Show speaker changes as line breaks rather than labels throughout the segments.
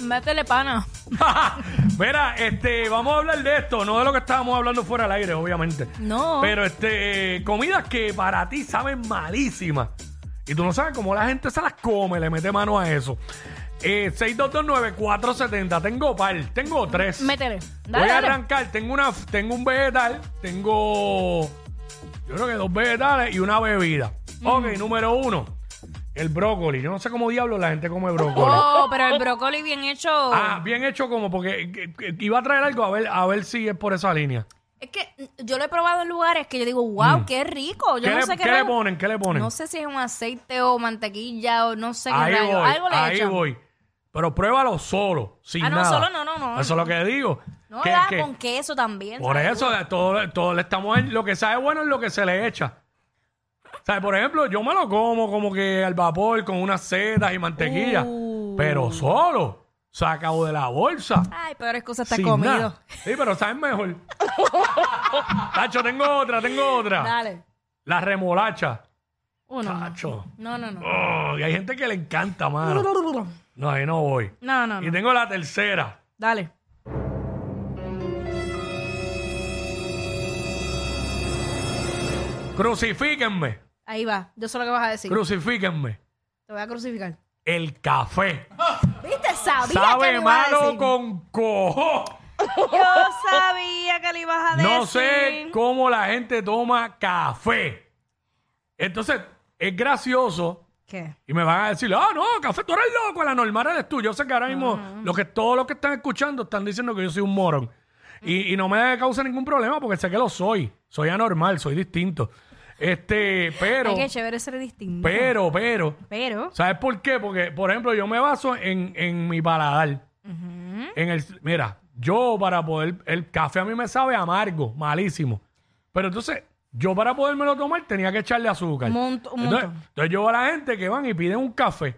Métele pana.
Mira, este, vamos a hablar de esto, no de lo que estábamos hablando fuera del aire, obviamente.
No.
Pero este, eh, comidas que para ti saben malísimas. Y tú no sabes cómo la gente se las come, le mete mano a eso. Eh, 6229470, tengo par, tengo tres.
Métele. Dale,
Voy a
dale.
arrancar, tengo una, tengo un vegetal, tengo yo creo que dos vegetales y una bebida. Ok, número uno, el brócoli. Yo no sé cómo diablos la gente come brócoli.
Oh, pero el brócoli bien hecho.
Ah, bien hecho como porque que- que- iba a traer algo a ver, a ver si es por esa línea.
Es que yo lo he probado en lugares que yo digo, wow, qué rico. Yo
Mm. ¿Qué,
no
le,
sé qué,
qué le
rayos-
ponen? ¿Qué le ponen?
No sé si es un aceite o mantequilla o no sé qué
ahí
rayos.
voy,
Algo le
ahí
echan.
voy. Pero pruébalo solo, sin
Ah, no,
nada.
solo no, no, no,
Eso es lo que digo.
No,
Que-
da
que-
con queso también.
Por
¿sabes?
eso, eh, todo, todo le estamos en- lo que sabe bueno es lo que se le echa. O sea, por ejemplo, yo me lo como como que al vapor con unas setas y mantequilla,
Uh.
pero solo, sacado de la bolsa.
Ay, peores cosas te has
sin
comido.
nada. Sí, pero saben mejor. Tacho, tengo otra, tengo otra.
Dale.
La remolacha.
Uno.
Tacho.
No, no, no.
Oh, y hay gente que le encanta, mano. No, ahí no voy.
No, no,
Y
no.
tengo la tercera.
Dale.
Crucifíquenme,
Ahí va. Yo sé lo que vas a decir.
crucifíquenme.
Te voy a crucificar.
El café.
¿Viste? Sabía que
Sabe
lo ibas a
malo
decir.
con cojo.
Yo sabía que lo ibas a decir.
No sé cómo la gente toma café. Entonces, es gracioso.
¿Qué?
Y me van a decir, ah, no, café, tú eres loco, la normal eres tú. Yo sé que ahora mismo lo que, todos los que están escuchando están diciendo que yo soy un morón. Y, y no me causa ningún problema porque sé que lo soy. Soy anormal, soy distinto. Este, pero,
Ay, qué chévere ser distinto.
pero, pero,
Pero.
¿Sabes por qué? Porque, por ejemplo, yo me baso en, en mi paladar. En el, mira, yo para poder, el café a mí me sabe amargo, malísimo. Pero entonces, yo para podérmelo tomar tenía que echarle azúcar.
Mont- un
entonces,
montón.
entonces yo veo a la gente que van y piden un café.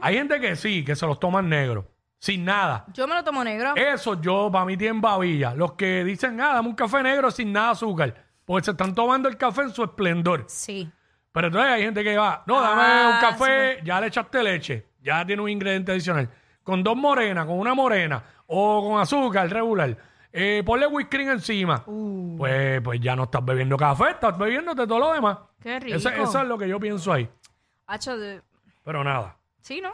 Hay gente que sí, que se los toman negro, sin nada.
Yo me lo tomo negro.
Eso yo, para mí, tiene babilla. Los que dicen, ah, dame un café negro sin nada de azúcar. Porque se están tomando el café en su esplendor.
Sí.
Pero entonces hay gente que va, no, dame
Ah,
un café, ya le echaste leche, ya tiene un ingrediente adicional. Con dos morenas, con una morena o con azúcar regular. Eh, ponle whisky encima.
Uh.
Pues, pues ya no estás bebiendo café, estás bebiéndote todo lo demás.
Qué rico.
Eso, eso es lo que yo pienso ahí.
Hacho de-
Pero nada.
Sí, ¿no?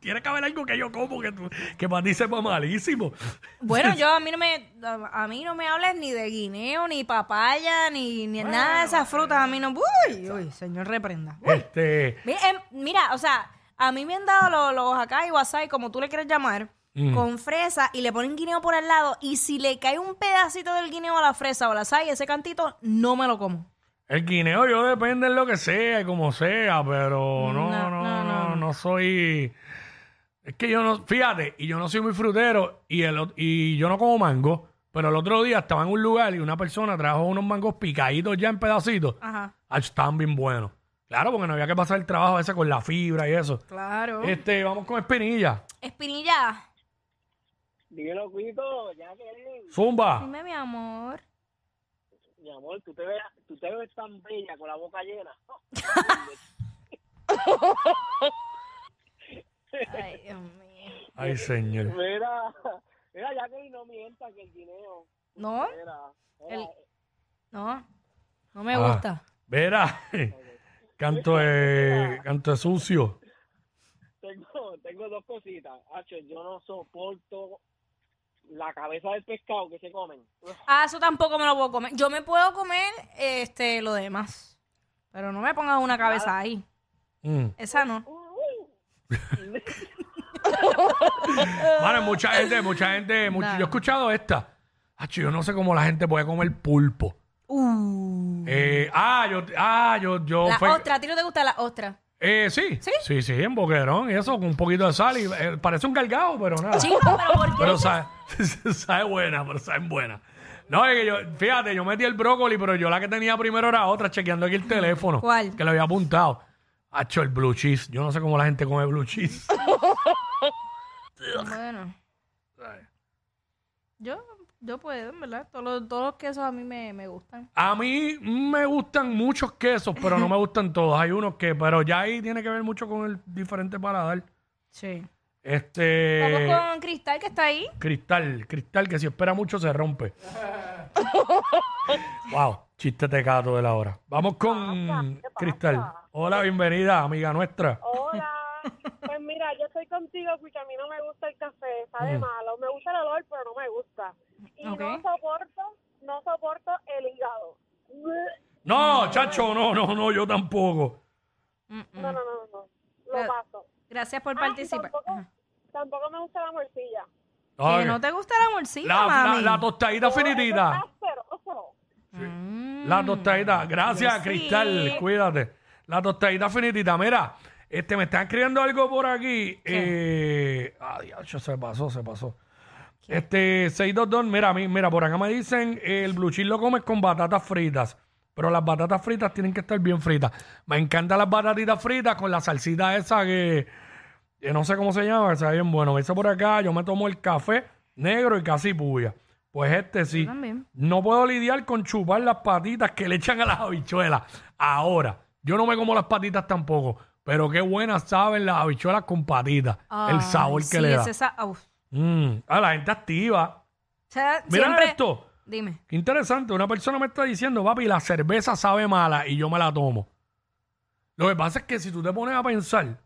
Tiene que haber algo que yo como que, tú- que para ti sepa malísimo.
Bueno, yo a mí no me a mí no me hablas ni de guineo, ni papaya, ni, ni nada de esas frutas. A mí no. Uy, uy, señor reprenda. Uy.
Este,
Mi- em, Mira, o sea, a mí me han dado los, los acá y wasai, como tú le quieres llamar,
Mm.
con fresa y le ponen guineo por el lado. Y si le cae un pedacito del guineo a la fresa o a la acai, ese cantito, no me lo como.
el guineo yo depende de lo que sea y como sea, pero no, no, no, no, soy... Es que yo no, fíjate, y yo no soy muy frutero y, el, ot- y yo no como mango, pero el otro día estaba en un lugar y una persona trajo unos mangos picaditos ya en pedacitos.
Ajá.
Ah, estaban bien buenos. Claro, porque no había que pasar el trabajo ese con la fibra y eso.
Claro.
Este, vamos con espinilla.
Espinilla,
Dímelo, Cuito, ya que
Zumba.
dime mi amor.
mi amor, tú te, ves, tú te ves tan bella con la boca llena.
Ay, Dios mío.
Ay, señor.
Mira, mira, ya que no mienta que el guineo.
No,
Mira,
el- no, no me
Ah.
gusta.
Verá, canto de, canto de sucio.
tengo, tengo dos cositas. Hacho, yo no soporto la cabeza del pescado que se comen.
Ah, eso tampoco me lo puedo comer. Yo me puedo comer este lo demás. Pero no me pongas una cabeza ahí.
Mm.
Esa no.
Mano,
Ah.
mucha gente, mucha gente, mucho-
Nah.
Ah, yo he escuchado esta. Acho, yo no sé cómo la gente puede comer pulpo.
Uh.
Eh, ah, yo, ah, yo, yo.
La
fe-
ostra, ¿a ti no te gusta la ostra?
Eh, sí.
¿Sí?
Sí, sí, en boquerón. Y eso, con un poquito de sal. Y, eh, parece un cargado, pero nada.
Chico, pero ¿por qué?
Pero sabe, sabe buena, pero sabe buena. No, es que yo, fíjate, yo metí el brócoli, pero yo la que tenía primero era otra, chequeando aquí el teléfono.
¿Cuál?
Que lo había apuntado. Hacho, el blue cheese. Yo no sé cómo la gente come blue cheese.
Bueno, yo, yo puedo, en verdad. Todos los, todos los quesos a mí me, me gustan.
A mí me gustan muchos quesos, pero no me gustan todos. Hay unos que, pero ya ahí tiene que ver mucho con el diferente paladar.
Sí.
Este.
Vamos con Cristal, que está ahí.
Cristal, cristal que si espera mucho se rompe. wow, chiste tecato de la hora. Vamos con
Ah,
Cristal. Hola, bienvenida, amiga nuestra.
Hola. Pues mira, yo estoy contigo porque a mí no me gusta el café, sabe malo. Me gusta el olor, pero no me gusta. Y
Mm. Ok.
no soporto, no soporto el hígado. No,
No, chacho, no, no, no, yo tampoco.
Mm-mm.
no, no, no, no.
Pero-
Lo paso.
Gracias por
Ah, y
participar.
tampoco,
Ah, Ajá.
tampoco me gusta la morcilla.
Ay,
Que no te gusta la morcilla,
la, la-
mami.
la tostadita finitita.
Pero, ojo,
Mm.
La tostadita. Gracias,
Yo sí.
Cristal. Cuídate. La tostadita finitita. Mira, este, me están escribiendo algo por aquí. Eh, ay, diacho, se pasó, se pasó. Este, 622, mira, a mí- mira, por acá me dicen, eh, el blue cheese lo comes con batatas fritas. Pero las batatas fritas tienen que estar bien fritas. Me encantan las batatitas fritas con la salsita esa que, que Eh, no sé cómo se llama, que sabe bien bueno. Me dice por acá, yo me tomo el café negro y casi puya. Pues este sí.
también.
No puedo lidiar con chupar las patitas que le echan a las habichuelas. Ahora, yo no me como las patitas tampoco, pero qué buenas saben las habichuelas con patitas.
Ay,
el sabor que
sí,
le da.
es esa- au. O
Mm, ah, la gente activa.
sea,
Mira
siempre-
esto.
Dime.
Qué interesante. Una persona me está diciendo, papi, la cerveza sabe mala y yo me la tomo. Lo que pasa es que si tú te pones a pensar,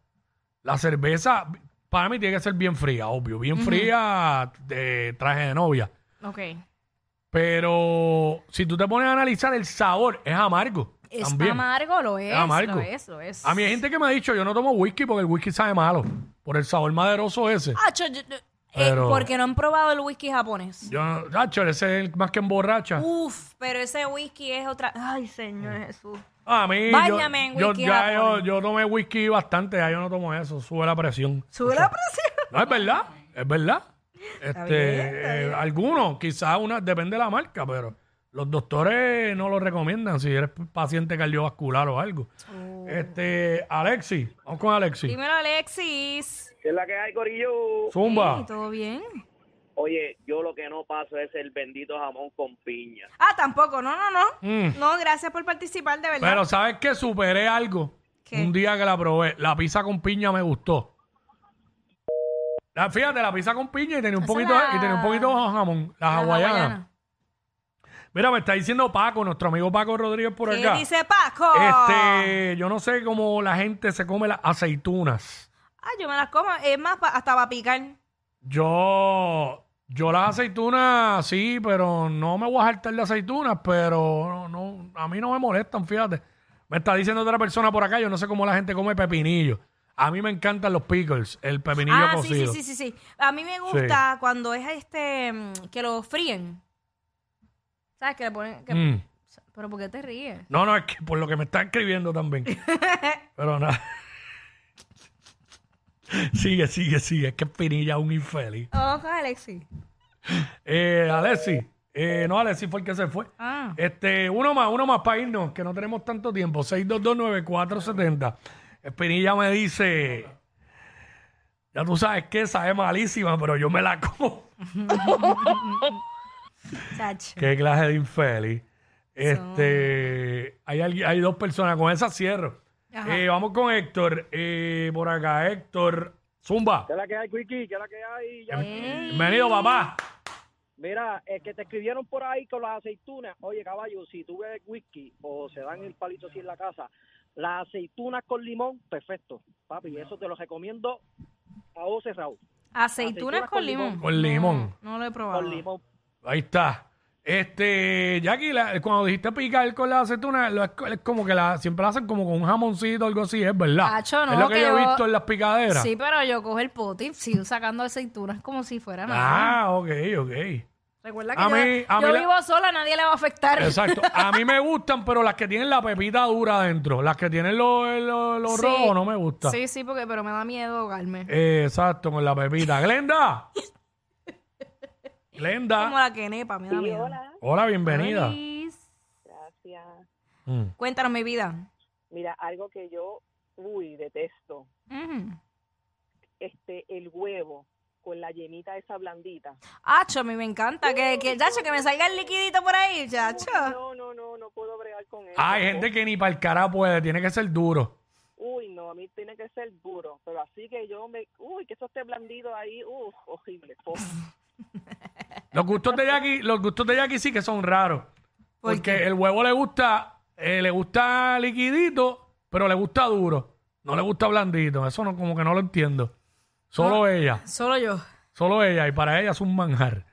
la cerveza para mí tiene que ser bien fría, obvio. Bien fría de traje de novia.
Ok.
Pero si tú te pones a analizar el sabor, es amargo.
Es
también.
amargo, lo es.
amargo.
Lo es, lo es.
A mí hay gente que me ha dicho, yo no tomo whisky porque el whisky sabe malo. Por el sabor maderoso ese.
Ah, cho- yo- yo- eh,
Pero-
porque no han probado el whisky japonés.
Yo, Nacho, ese es el más que emborracha.
Uf, pero ese whisky es otra. Ay, Señor Jesús.
A mí,
Báñame en
yo,
whisky
yo, ya yo,
japonés.
yo tomé whisky bastante, ya yo no tomo eso, sube la presión.
Sube la presión.
No, es verdad, es verdad. Este, eh, algunos, quizás una, depende de la marca, pero los doctores no lo recomiendan si eres paciente cardiovascular o algo.
Oh.
Este, Alexi, vamos con Alexi.
Dímelo, Alexis.
¿Qué es la que hay, Corillo?
Zumba.
Ey, ¿Todo bien?
Oye, yo lo que no paso es el bendito jamón con piña.
Ah, tampoco. No, no, no.
Mm.
No, gracias por participar, de verdad.
Pero sabes que superé algo.
¿Qué?
Un día que la probé, la pizza con piña me gustó. La- fíjate, la pizza con piña y tenía un
Esa
poquito
la-
y tenía un poquito de jamón, la,
La
hawaiana.
hawaiana.
Mira, me está diciendo Paco, nuestro amigo Paco Rodríguez por
¿Qué
acá.
dice Paco?
Este, yo no sé cómo la gente se come las aceitunas.
Ah, yo me las como. Es más, pa- hasta para picar.
Yo, yo las aceitunas sí, pero no me voy a jartar de aceitunas, pero no, no, a mí no me molestan, fíjate. Me está diciendo otra persona por acá, yo no sé cómo la gente come pepinillo. A mí me encantan los pickles, el pepinillo
Ah, sí, sí,
cocido.
sí, sí, sí. A mí me gusta cuando es este mm, que lo fríen. ¿Sabes? Que le ponen. que-
Mm.
Pero ¿por qué te ríes?
No, no, es que por lo que me está escribiendo también. pero nada. sigue, sigue, sigue. Es que es Pinilla es un infeliz.
Ojo, Alexis.
Eh, Alessi, eh, no, Alessi fue el que se fue.
Ah.
Este, uno más, uno más para irnos, que no tenemos tanto tiempo. 6229470. Espinilla me dice, ya tú sabes que sabe malísima, pero yo me la como.
Chacho.
Qué clase de infeliz. Este, hay, alguien- hay dos personas, con esa cierro.
Ajá.
Eh, vamos con Héctor. Eh, por acá, Héctor. Zumba.
¿Qué es la que hay, Quickie? ¿Qué es la que hay? Ya-
Bienvenido, papá.
Mira, es que te escribieron por ahí con las aceitunas. Oye, caballo, si tú bebes whisky o se dan el palito así en la casa, las aceitunas con limón, perfecto. Papi, eso te lo recomiendo a vos cerrado.
Aceitunas
Aceitunas
con
con
limón.
Con limón.
No, no lo he probado.
Con limón.
Ahí está. Este, Jackie, la- cuando dijiste picar con la aceituna, lo- es, es como que la, siempre la hacen como con un jamoncito o algo así, es verdad.
Acho, no,
es lo que,
que
yo he
yo-
visto en las picaderas.
Sí, pero yo cojo el pote y sigo sacando aceitunas como si fuera nada.
ah, ok, ok.
O Recuerda que
A
yo,
mí- a
yo
mí la-
vivo sola, nadie le va a afectar.
Exacto. A mí me gustan, pero las que tienen la pepita dura adentro. Las que tienen los los- los
Sí.
rojos no me gustan.
Sí, sí, porque pero me da miedo ahogarme.
Eh, exacto, con la pepita. Glenda. Glenda.
Como la que nepa, me da miedo.
Hola, bienvenida.
Luis,
Gracias.
Mm.
Cuéntanos mi vida.
Mira, algo que yo, uy, detesto,
Mm.
este, el huevo con la yemita esa blandita.
Acho, a mí me encanta. Que, que, chacho, que me salga el liquidito por ahí, chacho.
No, no, no, no puedo bregar con eso.
Hay gente que ni para el cara puede, tiene que ser duro.
Uy, no, a mí tiene que ser duro, pero así que yo me, uy, que eso esté blandido ahí, uff, horrible. po.
Los gustos de Jackie, los gustos de Jackie sí que son raros.
¿Por
porque el huevo le gusta, eh, le gusta liquidito, pero le gusta duro. No le gusta blandito. Eso no, como que no lo entiendo. Solo ella.
Solo yo.
Solo ella. Y para ella es un manjar.